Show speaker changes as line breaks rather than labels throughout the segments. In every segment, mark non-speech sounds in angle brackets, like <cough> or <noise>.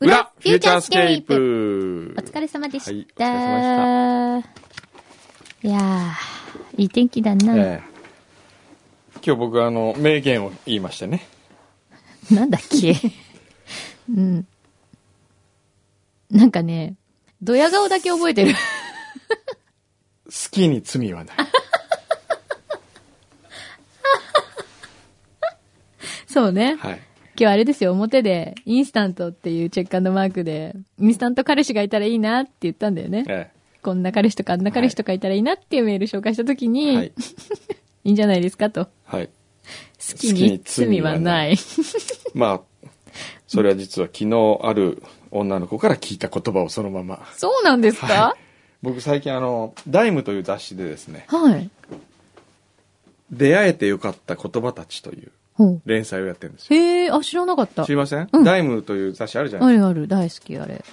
裏フューチャースケープ
プ
お疲れ様でした。、
はい
やー、いい天気だな。
え
今日僕あの名言を言いましてね
なんだっけ <laughs> うん。なんかね、ドヤ顔だけ覚えてる。 <laughs>
好きに罪はない
そうね。
はい
今日あれですよ、表で、インスタントっていうチェッカーのマークで、インスタント彼氏がいたらいいなって言ったんだよね。
え
こんな彼氏とかあんな彼氏とかいたらいいなっていうメール紹介したとき
え
に、
はいい、
いんじゃないですかと。
はい
好きに罪はない。
まあそれは実は昨日ある女の子から聞いた言葉をそのまま
そうなんですか
は僕最近あの「ダイムという雑誌でですね
はい。
「出会えてよかった言葉たち」という
ほう。
連載をやってるんですよ
へえ、あ、知らなかった
知。りません、
うん
ダイムという雑誌あるじゃない
あ
です
るある、大好き、あれ。
か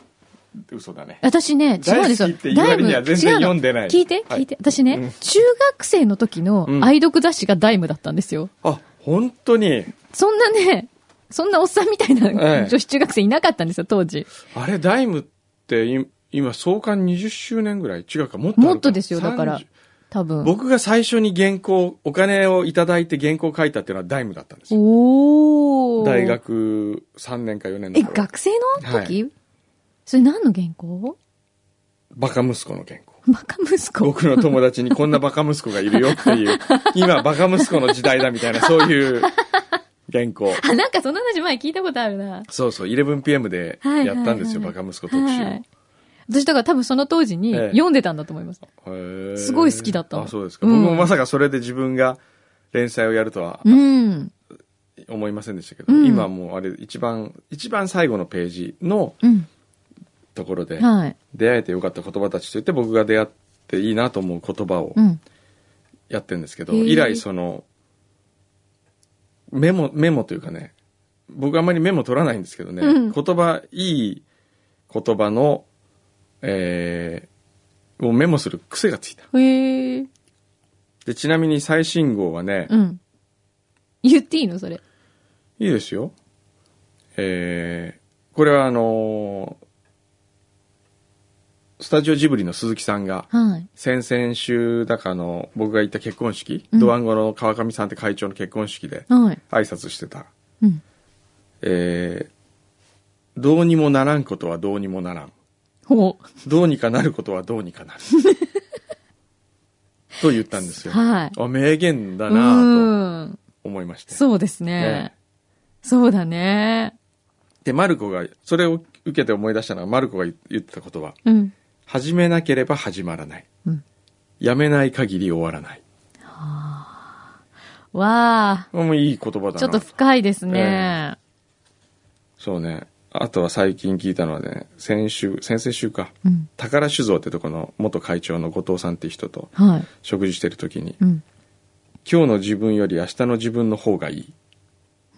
嘘だね
私ね、違うんですよ。
大好きって言われには全
ダイ
然
ム違うの
読んでない
聞いて、
はい
聞いて。私
うん
ね、中学生の時の
うん
愛読雑誌がダイムだったんですよ。
あ本当に
そんなね、そんなおっさんみたい
え
な
え
女子中学生いなかったんですよ、当時。
あれダイムってい今創刊20周年ぐらい違うかもっとあるか
もっとですよ、だから
30。
多分。
僕が最初に原稿、お金をいただいて原稿を書いたっていうのはダイムだったんですよ。
おー。
大。学3年か4年
え、
の頃。
学生の時それ何の原稿
バカ息子の原稿。
バカ息子。
僕の友達にこんなバカ息子がいるよって
<laughs>
いう、今バカ息子の時代だみたいな、そういう原稿。
あ、なんかそんな話前聞いたことあるな。
そうそう、11pm でやったんですよ、
はいはいはい
バカ息子特集を。
は
へ
い私、だから多分その当時に
ええ
読んでたんだと思います。
ー
すごい好きだったの
あ、そうですか。
うん
僕もまさかそれで自分が連載をやるとは
うん。
思いませんでしたけど、
うん
今もうあれ、一番、一番最後のページの
うん。
ところで、
はい。
出会えてよかった言葉たちといって僕が出会っていいなと思う言葉を
うん。
やってるんですけど、
へー
以来そのメモメモというかね僕あんまりメモ取らないんですけどね、
うん
言葉いい言葉のえーをメモする癖がついた
へえ。
でちなみに最新号はね、
うん。言っていいのそれ。
いいですよえーこれはあのースタジオジブリの鈴木さんが
はい。
先々週だかの僕が行った結婚式、
うん
ドワンゴの川上さんって会長の結婚式で
はい。
挨拶してた、
うん。
えー、どうにもならんことはどうにもならん
ほ
どうにかなることはどうに
<laughs>
かなると言ったんです
う。
よ、
はい。
あ名言だ
う
なぁと
ん。
思いまして
そうですね
ね。
そうだね。
でマルコがそれを受けて思い出したのはマルコが言言ってた言葉
うん。
「始めなければ始まらない」
うん
やめない限り終わらない」
わ
もういい言葉だ
あ。
な
ちょっと深いですね。
そうね。あとは最近聞いたのはね、先週、先々週か。
うん。
宝酒造ってとこの元会長の後藤さんって人と
はい。
食事してる時に、
うん。
今日の自分より明日の自分の方がいい。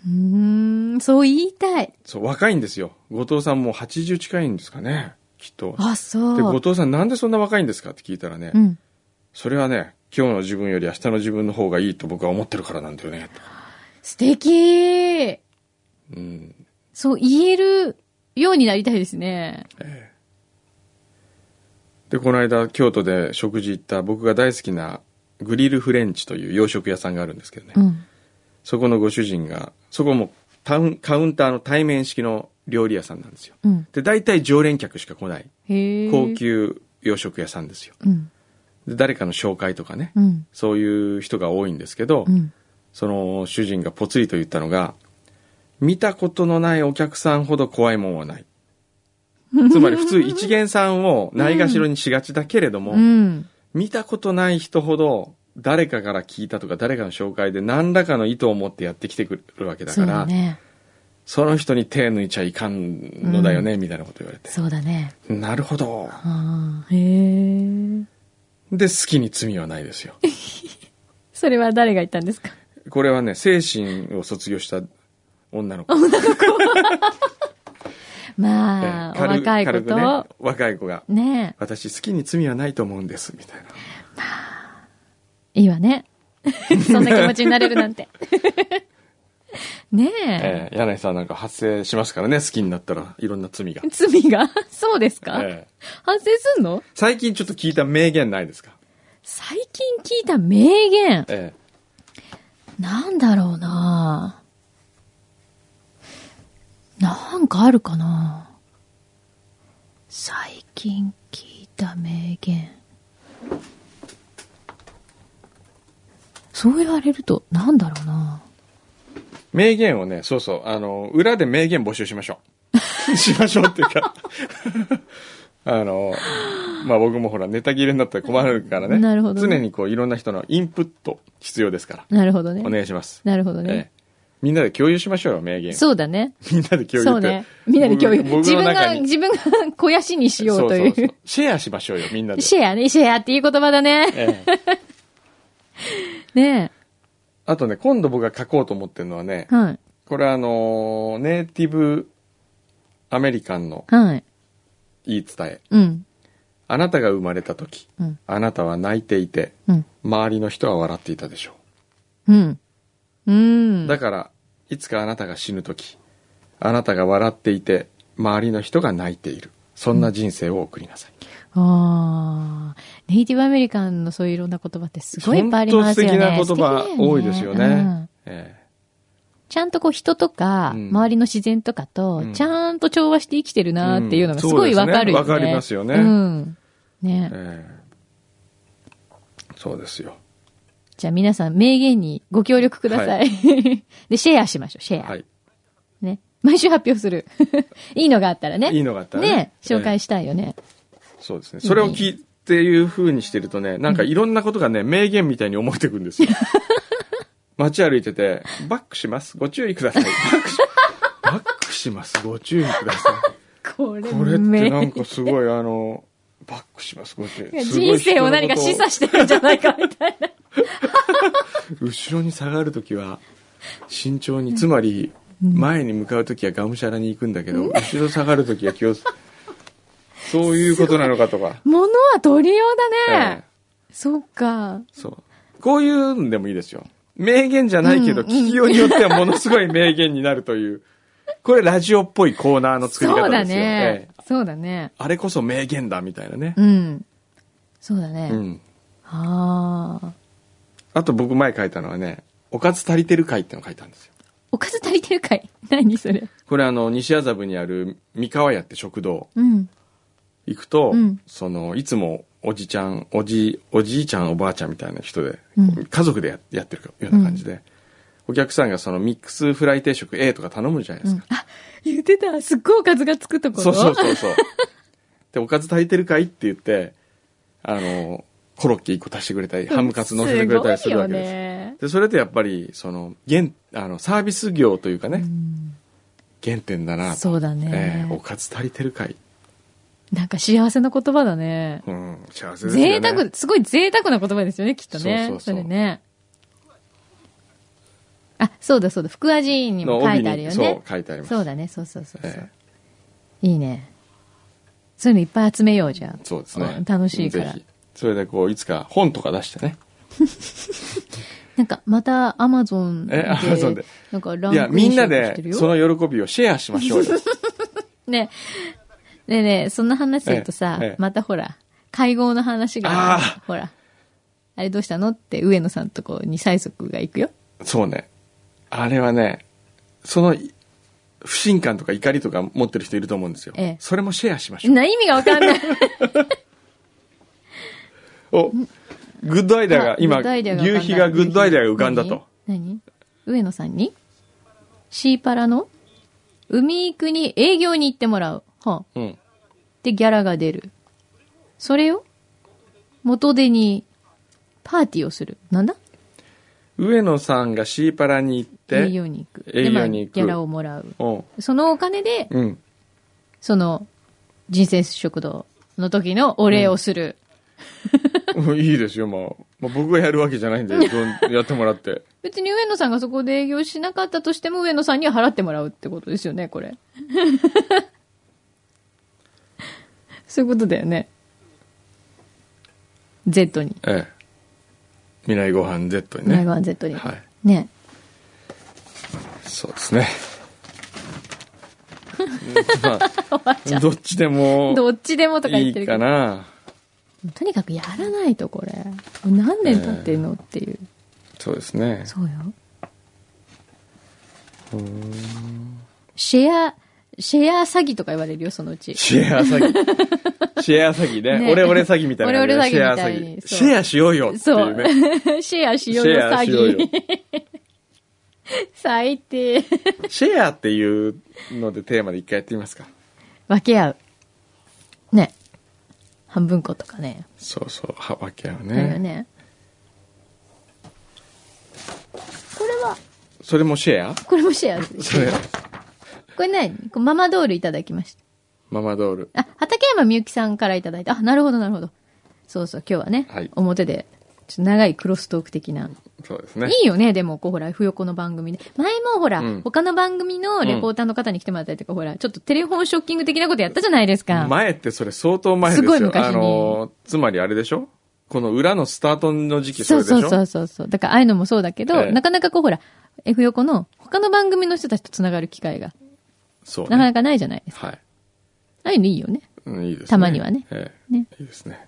うーん。そう言いたい。
そう、若いんですよ。後藤さんもう80近いんですかね。きっと。
あ、
で、
そ
後
う。
藤さんなんでそんな若いんですかって聞いたらね、
うん。
それはね、今日の自分より明日の自分の方がいいと僕は思ってるからなんだよね。
素敵
うん。
そう言えるようになりたいですね。
で、この間、京都で食事行った僕が大好きなグリルフレンチという洋食屋さんがあるんですけどね。
うん。
そこのご主人が、そこもタウンカウンターの対面式の料理屋さんなんですよ。
うん。
で、大体常連客しか来ない、
へえ。
高。級洋食屋さんですよ。
うん。
で、誰かの紹介とかね、
うん。
そういう人が多いんですけど、
うん。
その主人がポツリと言ったのが、見たことのないお客さんほど怖いもんはない。つまり普通一元さんをないがしろにしがちだけれども、
うん。
見たことない人ほど誰かから聞いたとか誰かの紹介で何らかの意図を持ってやってきてくるわけだ
そ
か
うだ
ら、
ね。
その人に手抜いちゃいかんのだよね、みたいなこと言われて。
そうだね。
なるほど。
ああ、へえ。
で、好きに罪はないですよ。
それは誰が言ったんですか
これはね、精神を卒業した女の子。
まあ、お若いこ
軽くね
と、、
若い子が、
ね
私好きに罪はないと思うんです、みたいな。
え、いいわね。 <laughs> そんな気持ちになれるなんて。 <laughs> ねえ。
ええ柳井さんなんか発生しますからね、好きになったら、いろんな罪が。
罪がそうですか、
ええ
反省すんの
最近ちょっと聞いた名言ないですか
最近聞いた名言。
え
なんだろうななんかあるかな最近聞いた名言。そう言われると、なんだろうな
え名言をね、そうそう、あの、裏で名言募集しましょ
<laughs>
う。しましょうっていうか、 <laughs> あの、まあ僕もほら、ネタ切れになったら困るからね。
なるほどね
常にこう、いろんな人のインプット必要ですから。
なるほどね。
お願いします。
なるほど
え
ね
え。みんなで共有しましょうよ、名言を。
そうだね。
みんなで共有って
そうね。みんなで共有。
僕僕の
自分
中
が、
に
自分が肥やしにしようという。
そそそシェアしましょうよ、みんなで。
<laughs> シェアね、シェアっていう言葉だね。
ええ
ね
あとね、今度僕が書こうと思ってるのはね
え。、はい。
これはあのーネイティブアメリカンの
はい。
言い伝え。
うん。
あなたが生まれた時、
うん。
あなたは泣いていて、
うん。
周りの人は笑っていたでしょ
うん。うん。
う。だから、いつかあなたが死ぬ時、あなたが笑っていて、周りの人が泣いている。そんな人生を送りなさい。
ああ。ネイティブアメリカンのそういういろんな言葉ってすごいいっぱいあり
本当
ま
素
すよ
敵
ね。
な言葉
素敵だよね
多いですよね。
うん
ええ
ちゃんとこう人とか、
うん
周りの自然とかと
う、ん
ちゃんと調和して生きてるなっていうのがすごいわかるよね。
うんそうですねわかりますよね
うん。ね。
ええそうですよ。
じゃあ皆さん名言にご協力ください。 <laughs> で、シェアしましょう、シェア。
はい。
ね。毎週発表する。 <laughs> いいのがあったらね。
いいのがあったらね
ね。紹介したいよね。
そうですね。それを聞いていう風にしてるとね、なんかいろんなことがね、名言みたいに思えてくる
<laughs>
んですよ。街歩いてて、バックします。ご注意くださ
<laughs>
い。バックし、バックします。ご注意くださ
これ
い。これっ
め
てなんかすごい、あの、バックします。ご注意。すごい
人生を何か示唆してるんじゃないかみ
<laughs>
たいな。
人のことを後ろに下がるときは、慎重に、つまり、前に向かうときはがむしゃらに行くんだけど、後ろ下がるときは気をつ、そういうことなのかとか。
物は取りようだね。
ええ
そっか。
そう。こういうんでもいいですよ。名言じゃないけど、
うん
聞きようによってはものすごい名言になるという。これラジオっぽいコーナーの作り
そう
方
だ
ですよ。
ね
ええ。
そうだね。
あれこそ名言だみたいなね。
うん。そうだ
う
ね。
ん。
ああ。
あと僕前書いたのはね、おかず足りてる会ってのを書いたんですよ。
おかず足りてるかい <laughs> 何それ。
これあの、西麻布にある三河屋って食堂
うん。
行くと、
うん
その、いつもおじちゃん、おじ、おじいちゃんおばあちゃんみたいな人で、
うん
家族でややってるような感じで、お客さんがそのミックスフライ定食 A とか頼むじゃないですか。
言ってた。すっごいおかずがつくところ。
そうそうそうそう。で、おかず足りてるかいって言って、あの、コロッケ1個足してくれたり、ハムカツ乗せてくれたりするわけです。
ごいよね
で、それってやっぱり、その、現、あの、サービス業というかね、原点だなと。
そうだ
え
ね
え。おかず足りてるかい。
なんか幸せな言葉だね。
うん、幸せですよね。
贅沢、すごい贅沢な言葉ですよね、きっとね。
そうそうそう
れね。あ、そうだそうだ。福味に
の
も書
帯
い
に
てあるよね。
そう、書いてあります。
そうだね、そうそうそうそう、
え
いいね。そういうのいっぱい集めようじゃん。
そうですね
ん。楽しいから
ぜひ。それでこう、いつか本とか出してね。
なんか、またアマゾンで。
え Amazon で
なんかラン
い
クイン
や、みんな
しようとしてる
で、
よ
その喜びをシェアしましょう
<laughs>
よ。
ねえ。ねえねえ、そんな話するとさ、
ええええ
またほら、会合の話が
あー、
ほら、あれどうしたのって上野さんとこに催促が行くよ。
そうね。あれはね、その、い不信感とか怒りとか持ってる人いると思うんですよ。
ええ
それもシェアしましょう。
な、意味がわかんない。
お、グッドアイデアが、今、夕日がグッドアイデアが浮かんだと。
何何上野さんにシーパラの海行くに営業に行ってもらう。はあ、
うん。
で、ギャラが出る。それを元手にパーティーをする。なんだ
上野さんがシーパラに行って
営業に行く。
営業に行く
で、まあ、ギャラをもらう。
うん
そのお金で、
うん <laughs>
その、人生食堂の時のお礼をする。
うんいいですよ、まあ、まあ僕がやるわけじゃないんでどん <laughs> やってもらって
別に上野さんがそこで営業しなかったとしても、上野さんには払ってもらうってことですよね、これ。 <laughs> そういうことだよね。Z に。
ええ未来ご飯 Z に
ナイ
ね
ガー Z に。
はい
ね。
そうで
<laughs>
すねまあどっちでも
どっちでもとか
い
言ってる
い
けど。
かな
とにかくやらないと、これ。何年経ってんのっていう。
そうですね
そうよ。シェア、シェア詐欺とか言われるよ、そのうち。
シェア詐欺 <laughs> シェア詐欺ね
ね
オレオレ詐欺みたいな感じで
オレオレ詐欺
シェア
みたい
詐
に
欺
そう
シェアしようよって
そ
いううね。
<laughs> シェアし
シ
ようよ、
ェア
詐
しようよ
欺。 <laughs> 最低。
シェアっていうのでテーマで一回やってみますか
分け合う。ね。半分ことかね。
そうそうはわけや
あるよ
ね
ね。これは、
それもシェア
これもシェアする。
それ
これ何これママドールいただきました。
ママドール
あ、畠山みゆきさんからいただいた。あ、なるほど、なるほど。そうそう、今日はね、
はい
表で、ちょっと長いクロストーク的な。
そうですね
いいよね、でも、こう、ほら、ふよこの番組で。前もほら、
うん
他の番組のレポーターの方に来てもらったりとか、ほら、ちょっとテレフォンショッキング的なことやったじゃないですか。
前ってそれ相当前ですよ
すごい昔に
あのつまりあれでしょこの裏のスタートの時期そ
そ
れ
うそ
でしょ
うそうそうそう。だから、ああいうのもそうだけど、
ええ
なかなかこう、ほら、F 横の他の番組の人たちと繋がる機会が、
そう
なか
ね
なかないじゃないですか。
はい
ああいうのいいよね。
うんいいですね
たまにはね
ええ
ね。
いいですね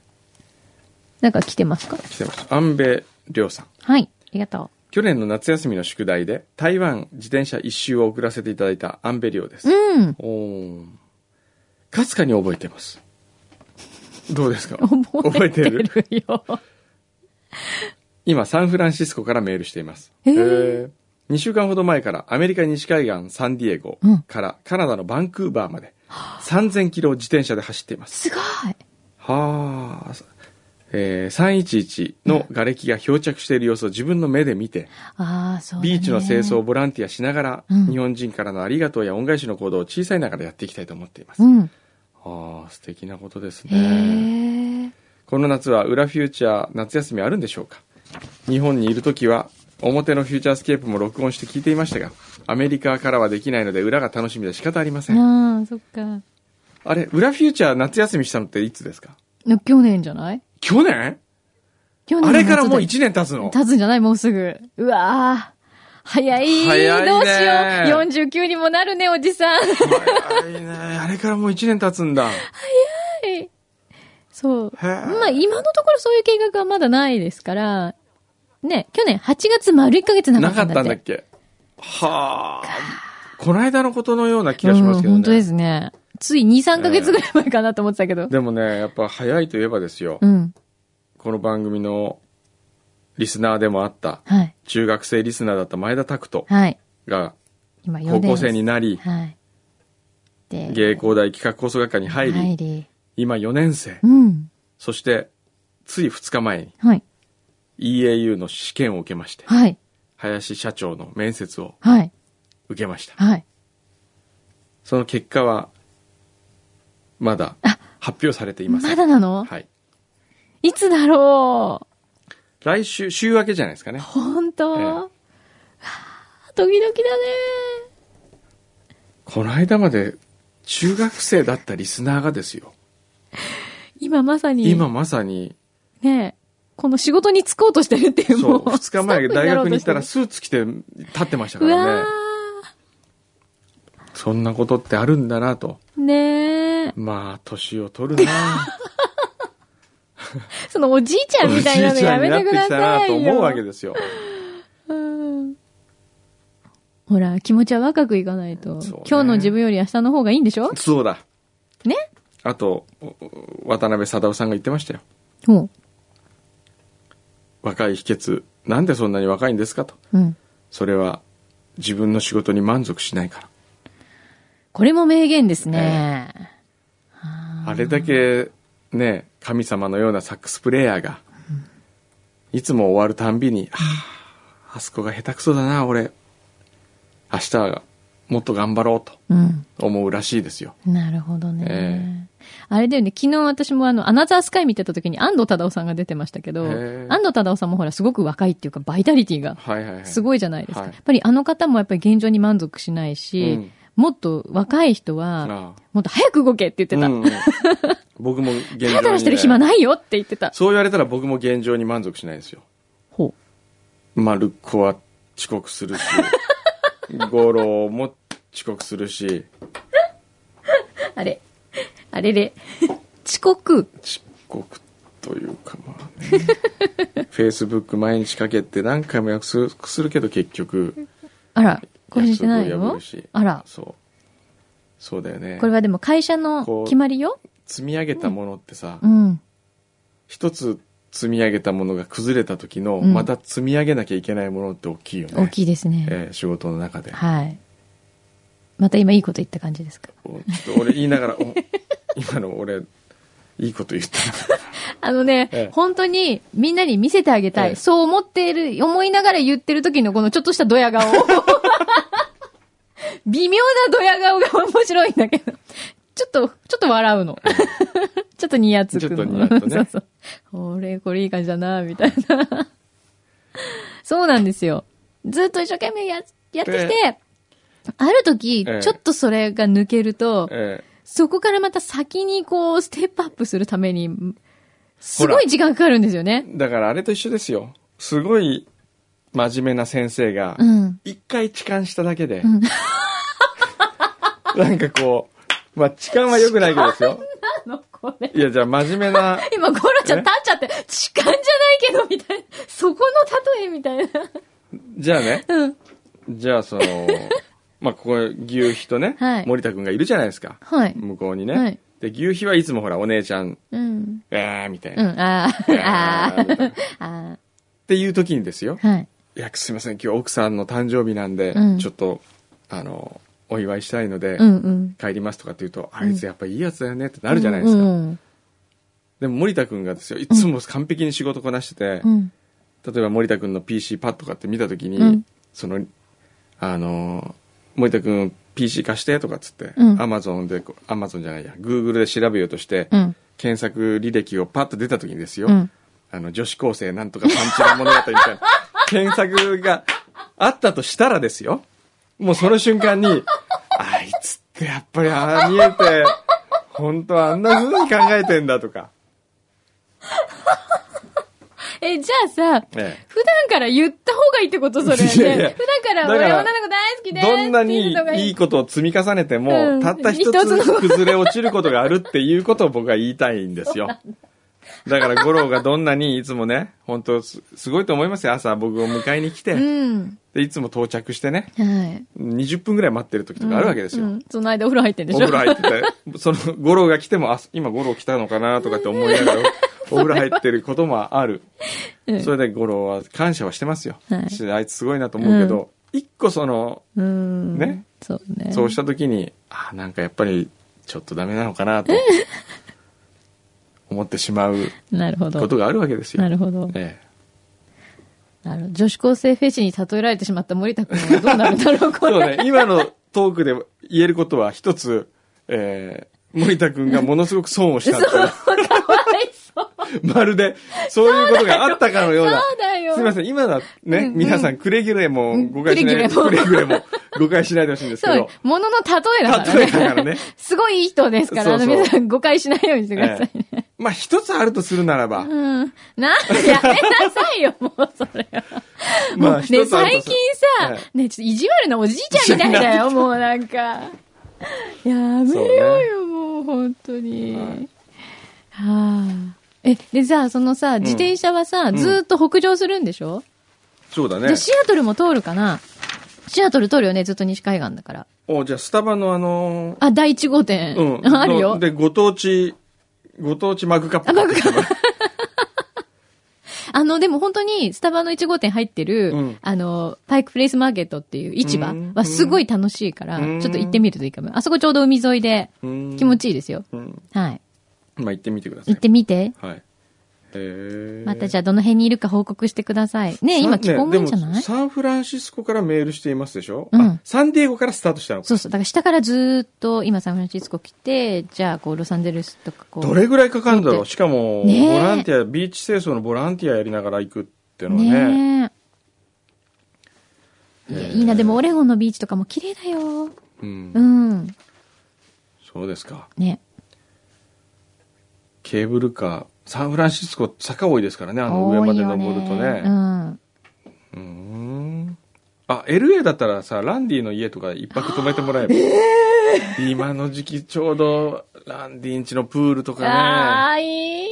なんか来てますか
来てます安部亮さん
はい。ありがと
去年の夏休みの宿題で台湾自転車一周を送らせていただいたアンベリオです
う。。うん。
おーかすかに覚えてます。どうですか
覚えてる
覚
よ。
今サンフランシスコからメールしています。
へー
2週間ほど前からアメリカ西海岸サンディエゴ
うん
からカナダのバンクーバーまで3000キロを自転車で走っています。
すごい。
はあ。えー、311の瓦礫が漂着している様子を自分の目で見て、
ああ、そうだね、
ビーチの清掃をボランティアしながら、
うん
日本人からのありがとうや恩返しの行動を小さいながらやっていきたいと思っています。
うん。
ああ、素敵なことです
へ
ね。
え。
この夏は裏フューチャー夏休みあるんでしょうか日本にいるときは、表のフューチャースケープも録音して聞いていましたが、アメリカからはできないので裏が楽しみで仕方ありません。
ああ、そっか。
あれ、裏フューチャー夏休みしたのっていつですか
の去年じゃない
去年
去年の
あ
夏
れ
だ
からもう1年経つの
経つんじゃないもうすぐ。うわー早い。
早いね
どうしよう。49にもなるね、おじさん。
早いね。あれからもう1年経つんだ。
そう。
へー
まあ、今のところそういう計画はまだないですから、ね、去年8月丸1ヶ月なか
な
った
か
ん
っ
だった
ん
て。
だっけはあ。この間のことのような気がしますけどね。
うん、本当ですね。つい2、3ヶ月ぐらい前かなと思ってたけど。
でもね、やっぱ早いといえばですよ。
うん。
この番組のリスナーでもあった、
はい。
中学生リスナーだった前田拓人
はい。
が
今4
高
年
校生になり、
はい。で、
芸工大企画構想学科に入り、
入り。
今4年生
う。ん。
そして、つい2日前に
はい。
EAU の試験を受けまして、
はい。
林社長の面接を
はい。
受けました。
はい。
その結果は、まだ発表されていません。
まだなの、
はい。
い、つだろう
来週、週明けじゃないですかね。
本当、
ええ
はあドキドキだね。
この間まで中学生だったリスナーがですよ。
今まさに、
今まさに、
ねえこの仕事に就こうとしてるっていう、
そ
も
う、
う。
2日前大学に行ったら
ス
スーツ着て立ってました
タッフ
か
にな
ら
ろうとしてるうわ
ね。そんなことってあるんだなと。
ーねえ。
まあ、年を取るな
そのおじいちゃんみたいなの <laughs> やめてくださいよ。
おじいちゃんになってきたなと思うわけですよ。
うんほら、気持ちは若くいかないと、
そうね
今日の自分より明日の方がいいんでしょ
そうだ。
ね
あと、お渡辺貞夫さんが言ってましたよ。
も
若い秘訣。なんでそんなに若いんですかと。
う。うん。
それは、自分の仕事に満足しないから。
これも名言ですね。
あれだけね、神様のようなサックスプレイヤーが、いつも終わるたんびに、ああそこが下手くそだな、俺。明日はもっと頑張ろうと
うん。
思うらしいですよ。
なるほどね。
え
あれだよね、昨日私もあの、アナザースカイ見てた時に安藤忠雄さんが出てましたけど、
へえ
安藤忠雄さんもほら、すごく若いっていうか、バイタリティが
はいはいはい。
す
い。
ごいじゃないですか。
はい
やっぱりあの方もやっぱり現状に満足しないし、
うん
もっと若い人は、
ああ
もっと早く動けって言ってた。
うん <laughs> 僕も現状
タ
に、
ラタラしてる暇ないよって言ってた。
そう言われたら僕も現状に満足しないですよ。
ほ
まあ、ルッコは遅刻する <laughs> し、ゴロも遅刻するし、
う。あれ。あれれ。遅刻。
遅刻というかまあね。Facebook <laughs> 毎日かけて何回も約束するけど結局、
あら、これしてない
約束を破
の
るし
あら。
そう。そうだよね。
これはでも会社の決まりよ。
積み上げたものってさ、
うん。
一つ積み上げたものが崩れた時の、
うん
また積み上げなきゃいけないものって大きいよね。
大きいですね。
えー仕事の中で。
はい。また今いいこと言った感じですか
おちょっと俺言いながら、お今の俺、いいこと言ったな。
あのね、
ええ
本当にみんなに見せてあげたい。
ええ
そう思っている、思いながら言ってる時のこのちょっとしたド
<laughs>
ヤ顔。微妙なドヤ顔が面白いんだけど。ちょっと、ちょっと笑うの。 <laughs> ちょっとニヤつくの。
ちょっとニヤっとね
そうそう。俺、これいい感じだな、みたいな。 <laughs> そうなんですよ。ずっと一生懸命や、やってきて、ある時、
ええ
ちょっとそれが抜けると、
え
そこからまた先にこう、ステップアップするために、すごい時間かかるんですよね。
ーだからあれと一緒ですよ。すごい真面目な先生が
う、ん。
一回痴漢しただけで、
ん
<laughs> なんかこう、まあ痴漢は良くないけどですよ。
あの、これ。
いや、じゃあ真面目な、
今、ゴロちゃん
え
立っちゃって、痴漢じゃないけど、みたいな。そこの例えみたいな。
じゃあね、
うん。
じゃあその、まあここ、牛皮とね、
はい
森田くんがいるじゃないですか。
はい。
向こうにね。
はい
で、牛皮はいつもほら、お姉ちゃん、
うん。
えーみたいな。
う
っ
ん、あ
え
ー、
ー
あー、あ
ていう時にですよ。
ー。はい。
いや、すいません、今日奥さんの誕生日なんで、
うん
ちょっと、あの、お祝いしたいので、
うんうん。
帰りますとかって言うと、あいつやっぱいいやつだよねってなるじゃないですか。
うん。
でも森田くんがですよ、いつも完璧に仕事こなしてて、
うん。
例えば森田くんの PC パッとかって見た時に、
うん
その、あの、森田くん PC 貸してとかっつって、
うん
Amazon でこう、Amazon じゃないや、Google で調べようとして、
うん。
検索履歴をパッと出た時にですよ、
うん
あの、女子高生なんとかパンチラ物語みたい
<laughs>
な、検索があったとしたらですよ、もうその瞬間に、あいつってやっぱりああ見えて、本当はあんな風に考えてんだとか。
え、じゃあさ、
え
普段から言った方がいいってことそれね。
いやいや
普段から
だか
俺
ら
女の子大好きですって
どんなに
言うのが
いいことを積み重ねても、
うん
たった一
一つの
つ崩れ落ちることがあるっていうことを僕は言いたいんですよ。だから五郎がどんなにいつもね、本当すすごいと思いますよ。朝僕を迎えに来て、
うん。
で、いつも到着してね、
はい。
20分ぐらい待ってる時とかあるわけですよ。
うんうんその間お風呂入ってんでし
お
ょ
風呂入ってて、その、五郎が来ても、あ、今五郎来たのかなとかって思いながら、お風呂入ってることもある。
<laughs> うん
それで五郎は感謝はしてますよ。
はい
しあいつすごいなと思うけど、一個その、
うん。
ね。
そうね。
そうした時に、あ、なんかやっぱり、ちょっとダメなのか
<laughs>
なと、思ってしまう
なるほど。
ことがあるわけですよ。
なるほど。
ええ
なるほど女子高生フェチに例えられてしまった森田君はどうなるんだろう、こ
<laughs> そう
れ。 <laughs>
ね、今のトークで言えることは一つ、えー森田くんがものすごく損をしたっていう
かわいそう。
<laughs> まるで、そういうことがあったかのような。
そうだよ
すみません、今のはね、
うんうん
皆さん、くれぐれも誤解しない、
うんく
く
れ
れぐれも誤解しないでほしいんですけ
<laughs> そう
ど、、
ものの例えだからね。
例えだからね
<laughs> すごいいい人ですから、あの
そうそう
皆さん誤解しないようにしてくださいね。
まあ、一つあるとするならば、
うん。なんでやめなさいよ、もうそれは。もう
<laughs> まあ、
ね、
一つある
最
とす
近
る
さ、
え
ね、ちょっと意地悪なおじいちゃんみたいだよ、もうなんか。やめ
そ
よ
う
う
ね
よ、もう本当に。
は
はいあ。え、でさ、そのさ、自転車はさ、ずーっと北上するんでしょ、
そうだね
で、。シアトルも通るかなシアトル通るよね、ずっと西海岸だから。
お、じゃあ、スタバのあのー
あ、第1号店。
う
<laughs>
ん。
あるよ。
で、ご当地、ご当地マグカップ。マグカップ。
あの、でも本当に、スタバの1号店入ってる、
うん
あの、パイクプレイスマーケットっていう市場はすごい楽しいから、
うん
ちょっと行ってみるといいかも。あそこちょうど海沿いで、気持
ち。
ちいいですよ。
うん。
はい。
まあ、行ってみてください。
行ってみて。
はい。え
またじゃあどの辺にいるか報告してください。ねえ今気候もいいんじゃ
で
な
も
い
サンフランシスコからメールしていますでしょ、
うん
あサンディエゴからスタートしたのか
そうそう。だから下からずーっと今サンフランシスコ来て、じゃあこうロサンゼルスとかこう。
どれぐらいかかるんだろうしかも、
ねえ
ボランティアビーチ清掃のボランティアやりながら行くっていうのはね
ねえ。いや、いいな。でもオレゴンのビーチとかも綺麗だよ。
うん
うん。
そうですか
ね。
ケーブルカーサンフランシスコ坂多いですからねあ
あ
の上まで登るとね
うん。
うーんあ LA だったらさランディの家とか一泊泊めてもらえば、今の時期ちょうどランディんちのプールと
あ
かね
あ、いいな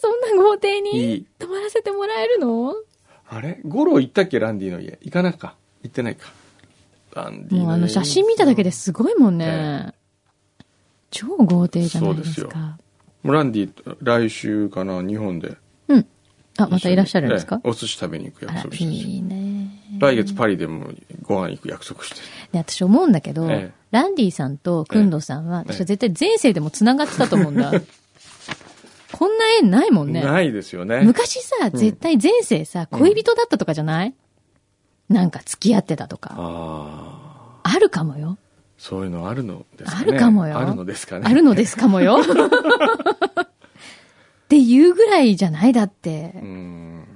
そんな豪邸
い
に
い
泊まらせてもらえるの
あれゴロ行ったっけランディの家行かなか行ってないかランディの家
もうあの写真見ただけですごいもんね。超豪邸じゃないです
そう
か。
もうランディ来週かな日本で
うん。あ、またいらっしゃるんですか
ええお寿司食べに行く
あ
約
ら
束、してる
いいね。
来月パリでもご飯行く約束してる
で、私思うんだけど、
ええ
ランディさんとクンドさんは、
ええ
私は絶対前世でも繋がってたと思うんだ。 <laughs> こんな縁ないもんね。
ないですよね
昔さ、絶対前世さ、恋人だったとかじゃない、なんか付き合ってたとか。
ああ
あるかもよ。
そういうのあるのですかね
あるかもよ
あるのですかね
あるのですか
<laughs>
もよ。っていうぐらいじゃないだって。
うーん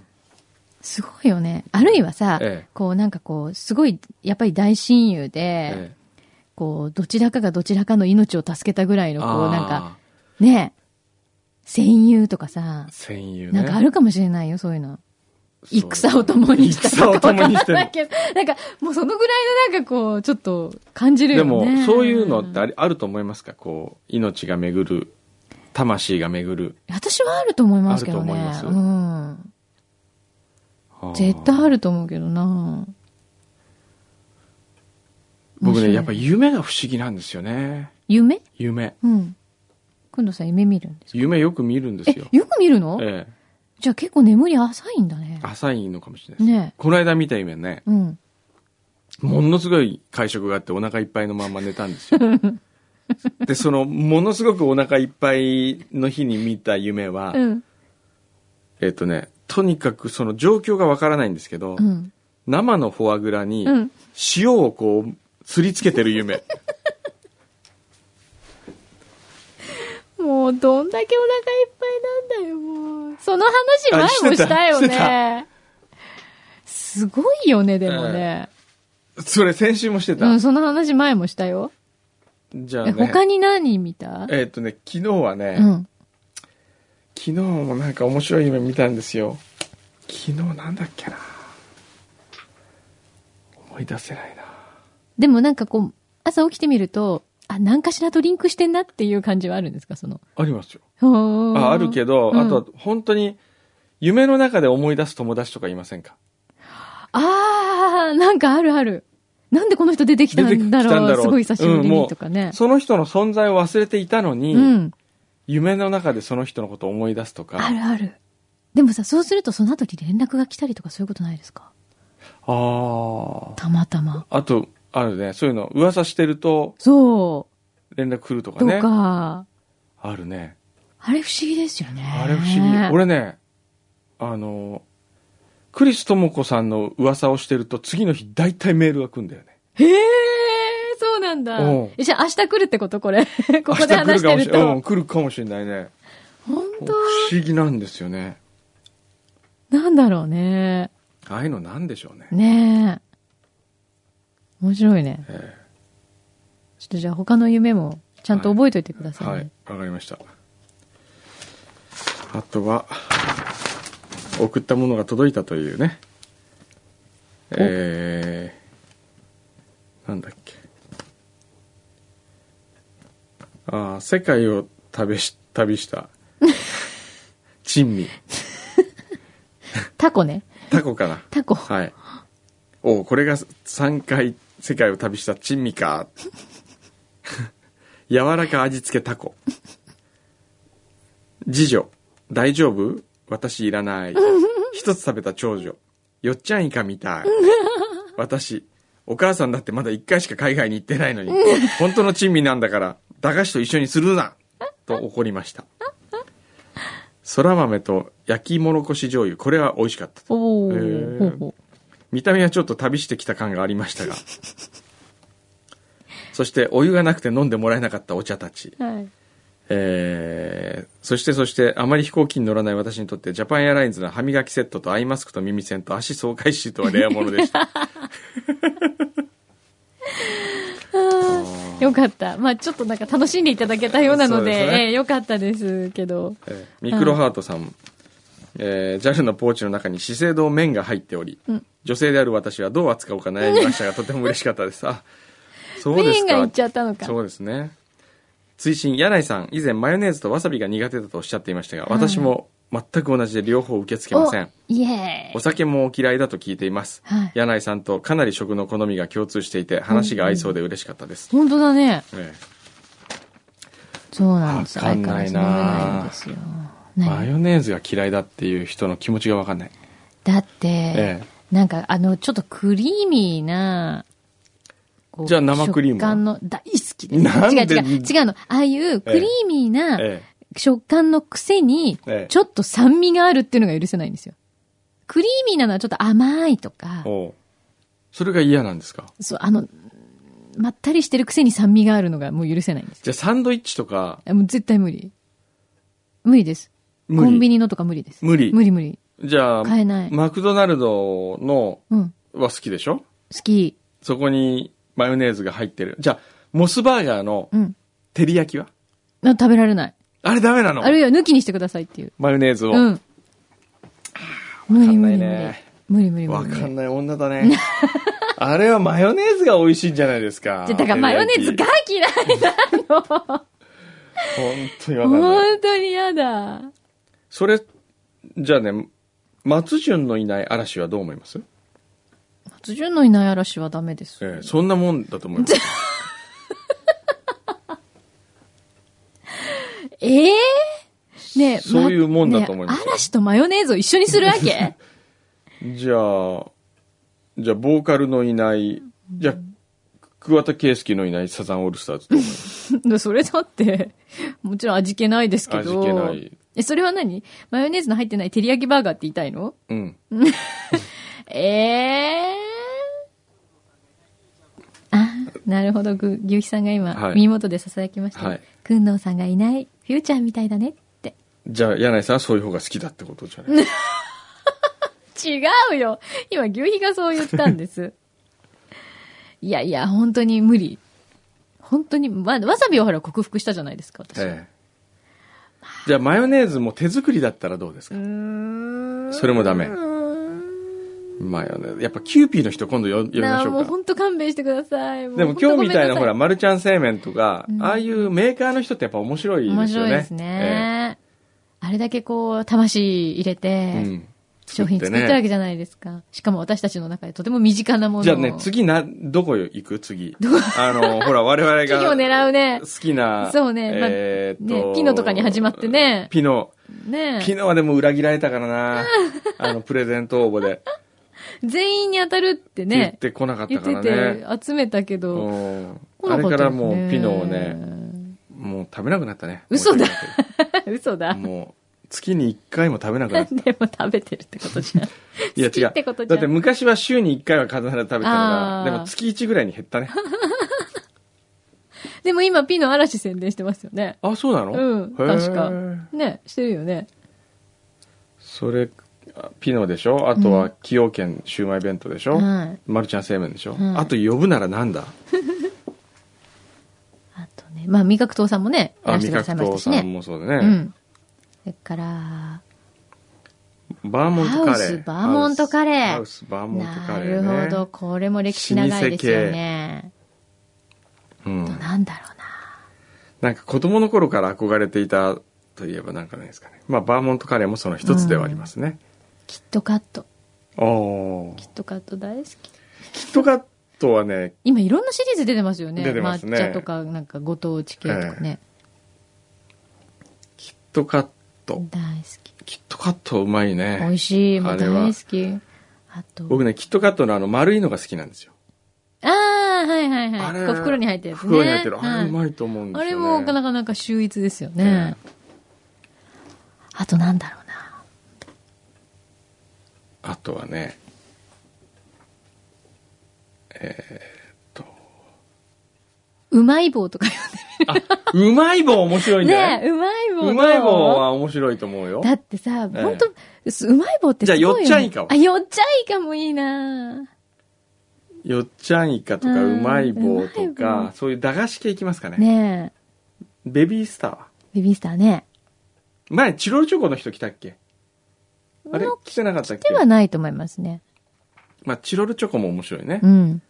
すごいよね。あるいはさ、
ええ
こうなんかこう、すごい、やっぱり大親友で、
ええ
こう、どちらかがどちらかの命を助けたぐらいの、こ
あ
う
ー
なんか、ねえ、戦友とかさ、
戦友
な
ね
んかあるかもしれないよ、そういうの。
そう
戦を共にした
戦を共にし
<laughs>
て
わかんない
る
けどなんか、もうそのぐらいのなんかこう、ちょっと感じる
で
よね。
もそういうのってありあると思いますかこう命が巡る魂が巡る
私はあると思いますけどね。
あると
う
思い
ん。絶対あ
る
ると思うけどな
僕
面白
ね
い
やっぱ夢が不思議なんですよね
夢
夢
うん。くんどさん夢見るんですか
夢よく見るんです
え
よ、
よく見るの
ええ、
じゃあ結構眠り浅いんだね。
浅いのかもしれないです、
ね
この間見た夢ね
え。うん。
ものすごい会食があってお腹いっぱいのまま寝た
<laughs>
んですよでそのものすごくお腹いっぱいの日に見た夢は、
うん。
えっ、とねとにかくその状況がわからないんですけど、
うん。
生のフォアグラに
うん
塩をこうすりつけてる夢 <laughs>
もうどんだけお腹いっぱいなんだよ、もう。その話前
あしてた
もしたよ
してた
ね。すごいよね、でもね。
それ先週もしてた、
うん、その話前もしたよ。
じゃあ
え
ね
他に何見た
えっ、とね昨日はね、
うん。
昨日もなんか面白い夢見たんですよ昨日なんだっけな思い出せないな
でもなんかこう、朝起きてみると、あ、何かしらとリンクしてんなっていう感じはあるんですか、その。
ありますよ
あ
ああるけど、
うん
あとは本当に夢の中で思い出す友達とかいませんか
あー、なんかあるある。なんでこの人出てきたんだ
出てきたん
ろ
だ
う
ろう
すごい久しぶりにとかね。
その人の存在を忘れていたのに、
うん。
夢の中でその人のことを思い出すとか
あるある。でもさ、そうするとその後に連絡が来たりとかそういうことないですか
あー
たまたま。
あとあるねそういうの噂してると
そ
連絡来ると
う。
か
と
ね
か。
あるね
あれ不思議ですよね。
あれ不思議、俺ねあのクリス智子さんの噂をしてると次の日大体メールが来るんだよね
へえ、そうなんだ
うん。
えじゃあ明日来るってことこれ。 <laughs> ここで
明日
話してる
来るかもしれうん
と。
来るかもしれないね
本
不思議なんですよね
当なんだろうね。
ああいうのなんでしょうね。
ねえ。面白いね。ちょっとじゃあ他の夢もちゃんと覚えといてくださいね。
はい、わかりました。あとは、送ったものが届いたというね。えー、なんだっけ。ああ、世界を旅し、旅した。珍味。
タコね。
タコかな。
タコ。
はい。おうこれが3回世界を旅した珍味か。 <laughs> 柔らか味付けタコ。次女、大丈夫私いらない。一つ食べた長女、よっちゃんイカみたい。私、お母さんだってまだ1回しか海外に行ってないのに、本当の珍味なんだから、駄菓子と一緒にするなと怒りました。そら豆と焼きもろこし醤油。これは美味しかった。
おお、
へー
ほうほ
見た目はちょっと旅してきた感があり
<laughs>
ましたが。そして、お湯がなくて飲んでもらえなかったお茶たち。
う。はい。
えー、そしてそして、あまり飛行機に乗らない私にとって、ジャパンエアラインズの歯磨きセットとアイマスクと耳栓と足爽快シートはレアもの
<laughs>
でした。
よかった。まあちょっとなんか楽しんでいただけたようなので、
そうですね
えーよかったですけど。
えーミクロハートさん、えー、JAL のポーチの中に資生堂麺が入っており、
うん
女性である私はどう扱おうか悩みましたが、とても嬉しかったです。あ、そうで
メイ
す
ンが
か。
いっちゃったのか。
そうですね。追伸柳井さん、以前マヨネーズとわさびが苦手だとおっしゃっていましたが、私も全く同じで両方受け付けません。
おイエー
お
イ。
酒もお嫌いだと聞いています。
はい
柳井さんとかなり食の好みが共通していて、話が合いそうで嬉しかったです。
本当だね。
え
そうなんです。
わかんないな
相変わらず飲め
え
ないん
マ
ですよ。ね
ヨネーズが嫌いだっていう人の気持ちがわかんない。
だって、
ええ
なんかあの、ちょっとクリーミーな、こう
じゃあ生クリーム
食
は
感の、大好きです。
なんで
違う違う。違うの。ああいうクリーミーな
ええ
食感のくせに
ええ、
ちょっと酸味があるっていうのが許せないんですよ。クリーミーなのはちょっと甘いとか、
おうそれが嫌なんですか
そう、あの、まったりしてるくせに酸味があるのがもう許せないんです。
じゃあサンドイッチとか、
もう絶対無理。無理です。
無
コ
理
ンビニのとか無理です。
無理
無理無理。
じゃあ、
買えない
マクドナルドの
うん。
は好きでしょ
好き。
そこにマヨネーズが入ってる。じゃあ、モスバーガーの
うん。
照り焼きは
な食べられない。
あれダメなの
あるいは抜きにしてくださいっていう。
マヨネーズを。
う
わ、
ん。無理無理無理
わかんないね。
無理無理無理無理。
かんない女だね。 <laughs> あれはマヨネーズが美味しいんじゃないですか。
<laughs> じゃだからマヨネーズが
照
嫌いだ。
り焼き本当にわかんない。
本当に嫌だ。
それ、じゃあね、松潤のいない嵐はどう思います、
松潤のいない嵐はダメです。
ええそんなもんだと思います。
ええねえ、
そういうもんだと思います
ねえ嵐とマヨネーズを一緒にするわ
<laughs>
け
じゃあ、じゃあ、ボーカルのいない、じゃあ、桑田佳祐のいないサザンオールスターズと思います。
それだって、もちろん味気ないですけど。
味気ない。
え、それは何マヨネーズの入ってない照り焼きバーガーって言いたいの
うん。
ええあ、なるほど。ぐ牛肥さんが今、
はい
耳元で囁きましたよ。
はい
くんのうさんがいない、フューチャーみたいだねって。
じゃあ、柳井さんはそういう方が好きだってことじゃない
違うよ今、牛肥がそう言ったんです。 <laughs> いやいや、本当に無理。本当に、まあ、わさびをほら克服したじゃないですか、私。
ええ。じゃあ、マヨネーズも手作りだったらどうですか
うーん
それもダメ
うーん
マヨネーズ。やっぱ、キューピーの人今度よ呼びま
な
し
あ、
ょ
もう
うか。
本当勘弁してください。もう
でも今日みたいな、ほら、
本
マルちゃん製麺とか
う、ん
ああいうメーカーの人ってやっぱ面白
当
い
ごめん
で
な
す
さい面白
よね。
いですね。あれだけこう、魂入れ
ええ。う
て、
ん。
商品作ってるわけじゃないですか。しかも私たちの中でとても身近なものを。
じゃあね、次な、どこ行く次。あの、ほら、我々が。
企業狙うね
好。きな。
そうねまあ
えーっと、
ねピノとかに始まってね
ピノ。
ねえ
ピノはでも裏切られたからな。あの、プレゼント応募で。
全員に当たるって
言
<laughs>
っ
ね。
てこなかった
言っ
か
て
らね。
て、集めたけど、
うん
来な
あれ
か
か
った
ら
ですね
もうピノをね、。もう食べなくなったね。
嘘だ
申し訳な
<laughs>
い
嘘だ。
け
<laughs>
ど
でも
もう、月に1回も食べなくな
<laughs>
った。
食べてるってことじゃん。
いや
好き
違
って
う。
ことじ
だ
ゃん。
って昔は週に1回は必ず食べてたの
あー
が、でも月1ぐらいに減っ
<laughs>
たね。
でも今、ピノ嵐宣伝してますよね。
あ、そうなの
うん、
へー
確か。ね、してるよね。
それ、あピノでしょあと
う
は
ん
崎陽軒シウマイ弁当でしょ
はい
マルちゃん製麺でしょ
はい
あと呼ぶならなんだ
あとね、まあ、味覚糖さんもね、い
あ、
らして
味
ください
覚
ましたし
糖さん
ね。
もそう
う
だね。
ん。それから、
バーモントカ
ハ
レ
ウ
ー
ス。バーモントカレー
ハウス、ハウスバーモントカ
な
レー
る
ね。
ほど、これも歴史長いですよね。
うん。
なんだろうな。
なんか子供の頃から憧れていたといえばなんかないですかね。まあ、バーモントカレーもその一つではありますね。
キットカット。
おー
キットカット大好き。
キットカットはね、
今いろんなシリーズ出てますよね。
出てますね
抹茶とか、なんかご当地系とかね。
キットカット。
大好き。
キットカットうまいね。
美味しい。も
あ
う
れ
大
は
好き。あと。
僕ね、キットカットのあの丸いのが好きなんですよ。
ああ、はいはい
あ
はい。
れ
こう袋に入ってるやつね。
袋に入ってる。あ
は
れ
いう
まいと思うんで
あ
す
れ
よね。
もなかなか秀逸ですよね。あとなんだろうな。
あとはね、えーっと、
うまい棒とか読んで
うまい棒面白い
る。
んじゃ
ね
ない
え、うまい棒ど。
うまい棒は面白いと思うよ。
だってさ、
ええ
ほんと、すうまい棒ってすごいよ、ね。
じゃあよっちゃんいかを
あ、よっちゃんいかもいいな
よっちゃんいかとか、
うん
うまい棒と
うまい棒
か、そういう駄菓子系いきますかね。
ねえ。
ベビースターは。
ベビースターね。
前、チロルチョコの人来たっけあれ
の
来てなかったっけ
ではないと思いますね。
まあ、チロルチョコも面白いね
う。ん。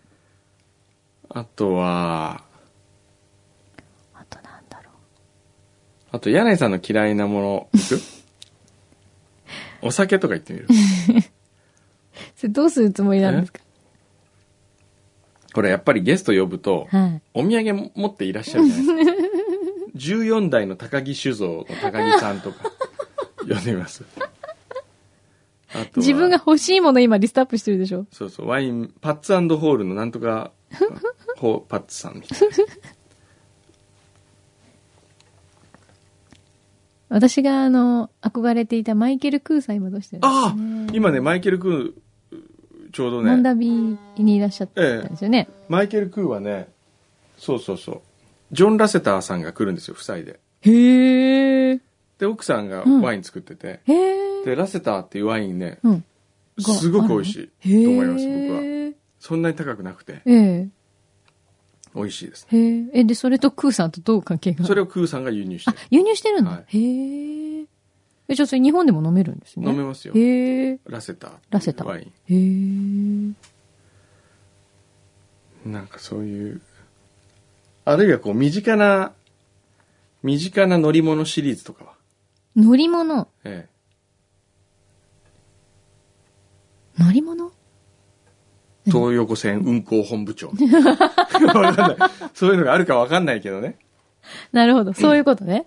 あとは、
あとなんだろ
あと、柳井さんの嫌いなもの
<laughs>
いく、お酒とか言ってみる。
う。それどうするつもりなんですか
これ、やっぱりゲスト呼ぶと、
はい。
お土産も持っていらっしゃるじゃないですか。14代の高木酒造の高木さんと
<laughs>
か、呼んでみます。あとは
自分が欲しいもの今リストアップしてるでしょ
そうそう、ワイン、パッツホールのなん
<laughs>
とか、ホーパッツさんみたいな。
私があの、憧れていたマイケル・クーさん今どうしてるんですか
ああ今ね、マイケル・クー、ちょうど
モン
ね、
ダビにいらっしゃったんですよね。
マイケル・クーはね、そうそうそう、ジョン・ラセターさんが来るんですよ、夫妻で。
へえ。
で、奥さんが
うん
ワイン作ってて、
へえ。
で、ラセターっていうワインね、
うん。
すごく美味し
へ
い
え。
と思います、僕は。そんなに高くなくて、
ええ。
美味しいですね。
へえ。え、で、それとクーさんとどう関係が
それをクーさんが輸入して
あ、輸入してるんだ。
はい
へえ。え、じゃあそれ日本でも飲めるんですね。
飲めますよ
へえ。
ラセターっていう
ラセター
ワイ
へえ。
ン。なんかそういう、あるいはこう、身近な、身近な乗り物シリーズとかは。
乗り物。
え
乗り物
え、東横線運行本部長。 <laughs> わかんない。そういうのがあるかわかんないけどね。
なるほど。そういうことね。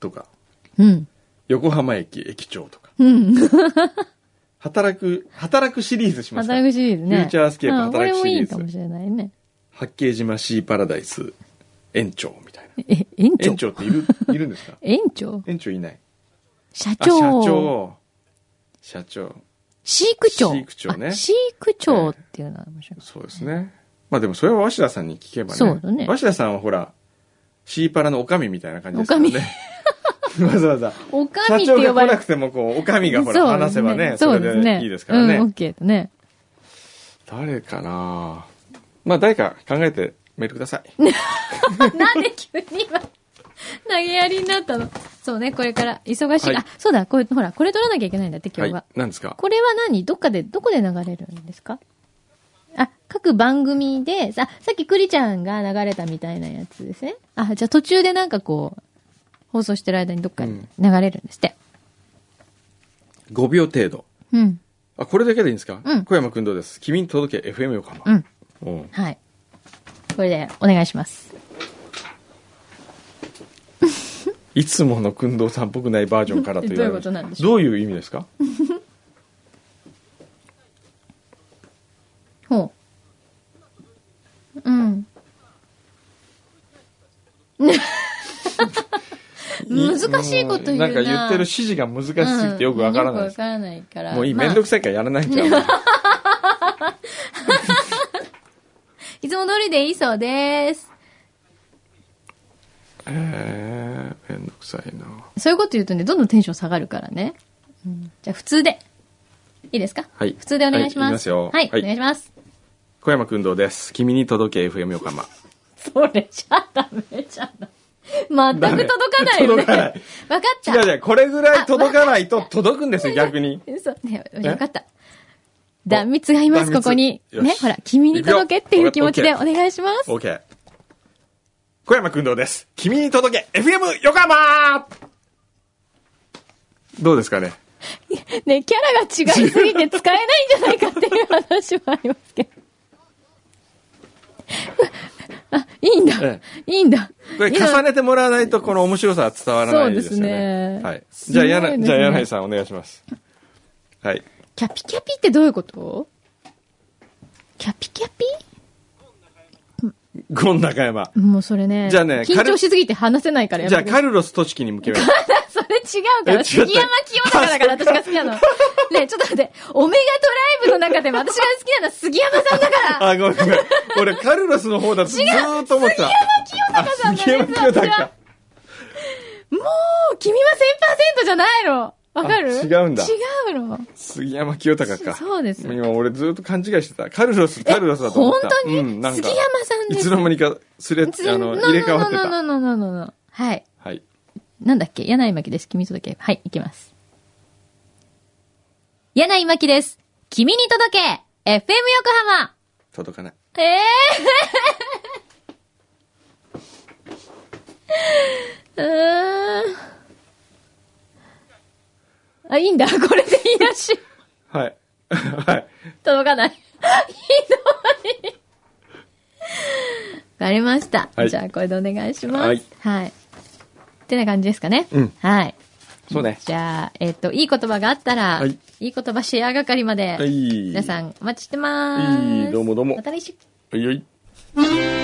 とか、
うん。
横浜駅駅長とか。
うん。
働く、働くシリーズしますか
働くシリーズね。
フューチャースケープ
あ
働くシリーズ
これもいいかもしれないね。
八景島シーパラダイス園長みたいな。
え、園長
園長っている、いるんですか
園長
園長いない。
社
あ、社
長
長。社長。
飼育長
飼育長ね
あ飼育長っていうのは面白い。
そうですね。まあでもそれは鷲田さんに聞けばね。
そうだね
鷲田さんはほら、シーパラのおかみみたいな感じですからね。 <laughs> わざわざ。
おか
社
みって
長
呼ば
が来
れ
なくても、こう、おかみがほら、
そうで
話
す
せばね、
そ
そう
です
れ
ね。
でいいですからね。
うん、OK だね。
誰かなまあ、誰か考えてメールください。
なんで急に今、投げやりになったのそうね、これから、忙しい。
はい
あ、そうだ、これ、ほら、これ取らなきゃいけないんだって、今
は
日は。
い。何ですか
これは何どっかで、どこで流れるんですかあ、各番組で、さ、さっきクリちゃんが流れたみたいなやつですね。あ、じゃあ途中でなんかこう、放送してる間にどっかに流れるんですって。
?5 秒程度。
うん。
あ、これだけでいいんですか、
うん
小山君どうです君に届け FM 横
う
浜。
ん。
うん。
はい。これで、お願いします。
いつもの君堂さんっぽくないバージョンからという。
どういうことなんでし
どういう意味ですか
ほう。うん。難しいこと言うな
もんか言ってる指示が難しすぎてよくわからない
うんよくわ
です。
からないから。
もういい、
まあ
めんどくさいからやらないんちゃう
いつも通りでいいそうです。
<laughs> えー、めんどくさいな
そういうこと言うとね、どんどんテンション下がるからね。うんじゃあ、普通で。いいですか
はい
普通でお願いし
は
ま。
いいきますすよ
はい、
は
お
い
願いします。
小山君どうです君に届け FM 横浜。
それじゃダメじゃない。全く届かないよね。
届かない
わかった。
違う違う、これぐらい届かないと届くんですよ、逆に。
嘘。ね、よかった。断蜜がいます、ここ
断蜜
に。
よ
ね、
し
ほら、君に届けっていう気持ちでお
行く
願いします。
OK。小山君どうです君に届け FM 横浜どうですかね
ね、キャラが違いすぎて使えないんじゃないかっていう話もありますけど。あ、いいんだ。
え
いいんだ。
これ重ねてもらわないとこの面白さは伝わらないです
そうで
よね。
すね
はい。
す
じ
ご
ゃあ、
いですね
柳じゃあ柳井さんお願いします。はい。
キャピキャピってどういうことキャピキャピ
ゴン中山。
もうそれね。
じゃあね
緊張しすぎて話せないからや
じゃ
め
あ、
て <laughs>
カルロス・トチキに向けよう。
それ違うから、
え
杉山清隆だから私が好き
<laughs>
なの。ねえちょっと待って、オメガトライブの中でも私が好きなのは杉山さんだから
あ、ごめんごめん。俺、カルロスの方だとずーっと思ってた。杉山清
杉山清隆
か。
もう、君は1000%じゃないのわかる
あ違うんだ
違うの。
杉山清隆か。
そうです
今俺ずーっと勘違いしてた。カルロス、カルロスだと思
本
った。
当に、
うん、なん
杉
か、
山さん
い
です。
つの間にかすれ、あ
つ
の、入れ替わって
の
た。
ののののののはい。
はい。
なんだっけ柳井真紀です。君に届け。はい、いきます。柳井真紀です。君に届け !FM 横浜
届かない。
ええー、 <laughs> うーん。あ、いいんだ。これでいいらしい。
はい。 <laughs> はい。
届かない。ひどい。わかりました。
はい
じゃあ、これでお願いします。は
はいい。
ってな感じですかね。
うん
はい。
そうね。
じゃあ、えっ、と、いい言葉があったら、
はい
い、い言葉シェア係まで、
はい。
皆さ
ん。
んお待ちしてます。
はいどうもどうも
また来週。
はいはい。
「